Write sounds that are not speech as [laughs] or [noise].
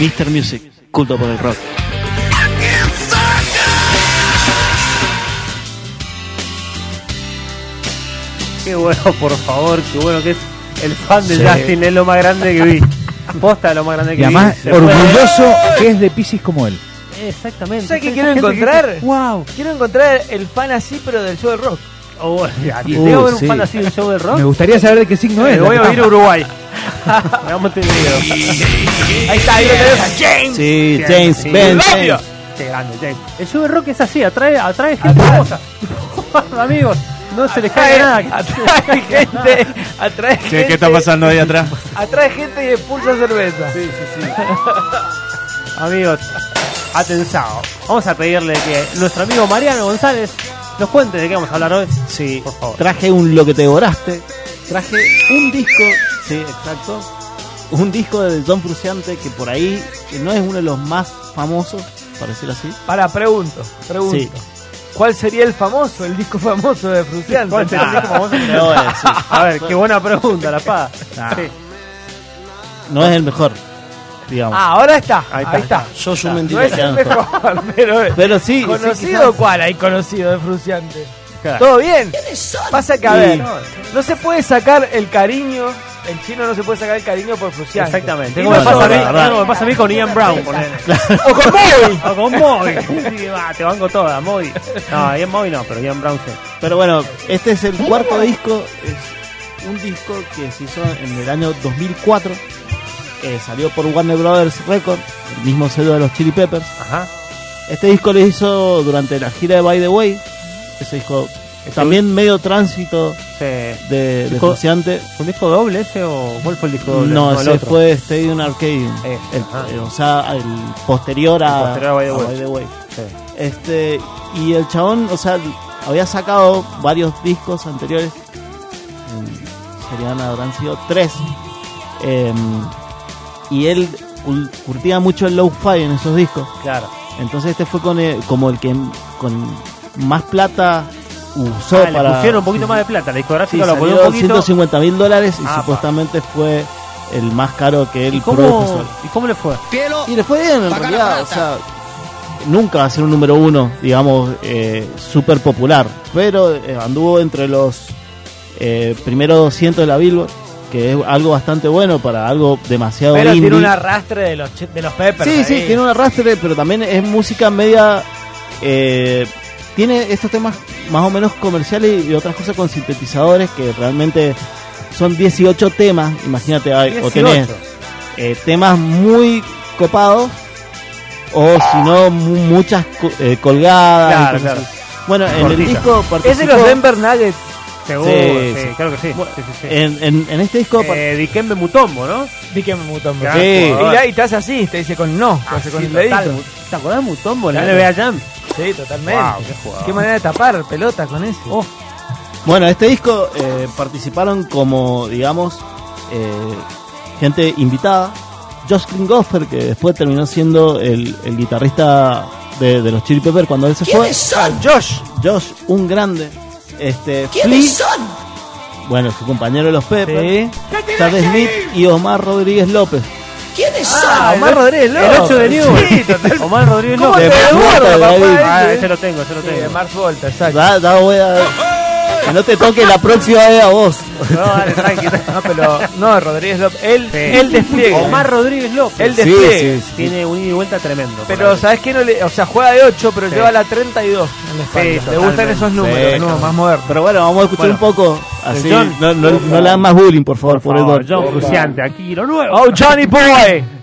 Mr. Music, culto por el rock. Qué bueno, [laughs] por favor, qué bueno que es. El fan de Sí. Justin es lo más grande que vi. Posta lo más grande que Y además, vi. Se fue. orgulloso que es de Pisces como él. Exactamente. ¿Sabes qué Esa quiero gente que encontrar? dice, ¡Wow! Quiero encontrar el fan así, pero del show del rock. Oh, bueno, aquí Uh, debo ver un sí. fan así de un show del Me rock. gustaría saber de qué signo Me es. voy a ir a Uruguay. [laughs] Vamos [laughs] a Montevideo. Ahí está, ahí lo tenés. James. Sí, James, Ben, James. Qué grande, James. El show del rock es así, atrae, atrae gente hermosa. [laughs] Amigos, no se les cae nada. [laughs] Atrae gente. Atrae gente. Che, ¿qué está pasando ahí atrás? Atrae gente y expulsa cerveza. Sí, sí, sí. Amigos, atensado. Vamos a pedirle que nuestro amigo Mariano González nos cuente de qué vamos a hablar hoy. Sí, Por favor. traje un Lo que te devoraste, traje un disco, sí, exacto, un disco de John Fruciante que por ahí que no es uno de los más famosos, para decir así. Para, pregunto. Pregunto. Sí. ¿Cuál sería el famoso, el disco famoso de Fruciante? ¿Cuál será el disco famoso que te No, devoraste? eh, sí. [laughs] A ver, qué buena pregunta, la pa. Ah. Sí. No es el mejor, digamos. Ah, ahora está. Ahí Ahí está, está. Yo soy un No mentira. [laughs] es el mejor, pero. eh. Pero sí, sí, ¿Conocido cuál hay conocido de Fruciante? ¿Todo bien? Pasa que, a Sí. ver, no se puede sacar el cariño, el chino no se puede sacar el cariño por Fruciante. Exactamente. Y Como me, no pasa a solo- mí, verdad. algo me pasa a mí con Ian Brown, ponele. O con Moby. O con Moby. Sí, va, te banco toda, Moby. No, Ian Moby no, pero Ian Brown sí. Pero bueno, este es el cuarto disco, es un disco que se hizo en el año 2004, eh, salió por Warner Brothers Records, el mismo sello de los Chili Peppers. Ajá. Este disco lo hizo durante la gira de By the Way, ese disco también medio tránsito Sí. de, de Disco- Fruciante. ¿Un disco doble ese o cuál fue el disco doble? No, el ese otro. fue Stadium Arcade, Eh, el- ajá. eh, o sea, el posterior a, El posterior a By the Way. Sí. Este, y el chabón, o sea, había sacado varios discos anteriores. mm, Serían, habrán sido tres. em, y él cul- curtía mucho el low-fi en esos discos. Claro. Entonces este fue con el- como el que m- con más plata usó Ah, para... le pusieron un poquito más de plata. La Sí, discográfica lo salió apoyó un poquito. 150 mil dólares y Apa. supuestamente fue el más caro que ¿Y él cómo, ¿Y cómo le fue? y le fue bien en realidad, o sea, nunca va a ser un número uno, digamos, eh, súper popular, pero eh, anduvo entre los eh, primeros 200 de la Billboard, que es algo bastante bueno para algo demasiado Pero indie. tiene un arrastre de los, chi- de los Peppers. sí, ahí. sí, tiene un arrastre, pero también es música media... eh, tiene estos temas más o menos comerciales y otras cosas con sintetizadores que realmente son 18 temas, imagínate, hay- o tenés 18. eh, temas muy copados o si no mu- muchas co- eh, colgadas. Claro, y cosas claro. así. Bueno, en el Cortita. disco Es de participó, los Denver Nuggets. Seguro, sí, Sí, sí. claro que sí. Bueno, sí, sí, sí. en, en- en este disco par- Eh, Dikembe Mutombo, ¿no? Dije me mutó un Gran Sí. poco. Y jugador. ahí te hace así, te dice con no, te hace con Sí, el total. dedito. ¿Te acordás de Mutombo? La Claro. NBA Jam. Sí, totalmente. Wow, qué jugador. manera de tapar pelota con Ah, eso. Oh, bueno, este disco eh, participaron como, digamos, eh, gente invitada. Jocelyn Goffer, que después terminó siendo el, el guitarrista de, de los Chili Peppers cuando él se fue. Josh. Josh, un grande. Este, Flea, Bueno, su compañero de los Peppers. Chad Smith y Omar Rodríguez López. Ah, Omar Rodríguez López. el 8 de Newell. [laughs] Sí, total. Omar Rodríguez ¿Cómo López. te Después devuelvo, de ahí- papá? Ah, ese? ese lo tengo, ese lo Sí, de tengo. Mars Volta, exacto. Da, da, voy a- Que no te toque la próxima vez a vos. No, dale, tranqui. No, pero no, Rodríguez López. Él, Sí. él despliega. Omar Rodríguez López. Él despliega. sí. Tiene Eh, un ida y vuelta tremendo. Pero, ¿sabes qué? No le, o sea, juega de 8, pero Sí. lleva la 32. En la espalda. Sí, Le gustan totalmente. esos números, Sí. ¿no? más modernos. Pero bueno, vamos a escuchar Bueno. un poco. Así John. no, no, no le hagan más bullying, por favor, por por, el favor, John Cruciante, aquí lo nuevo. Oh, Johnny Boy.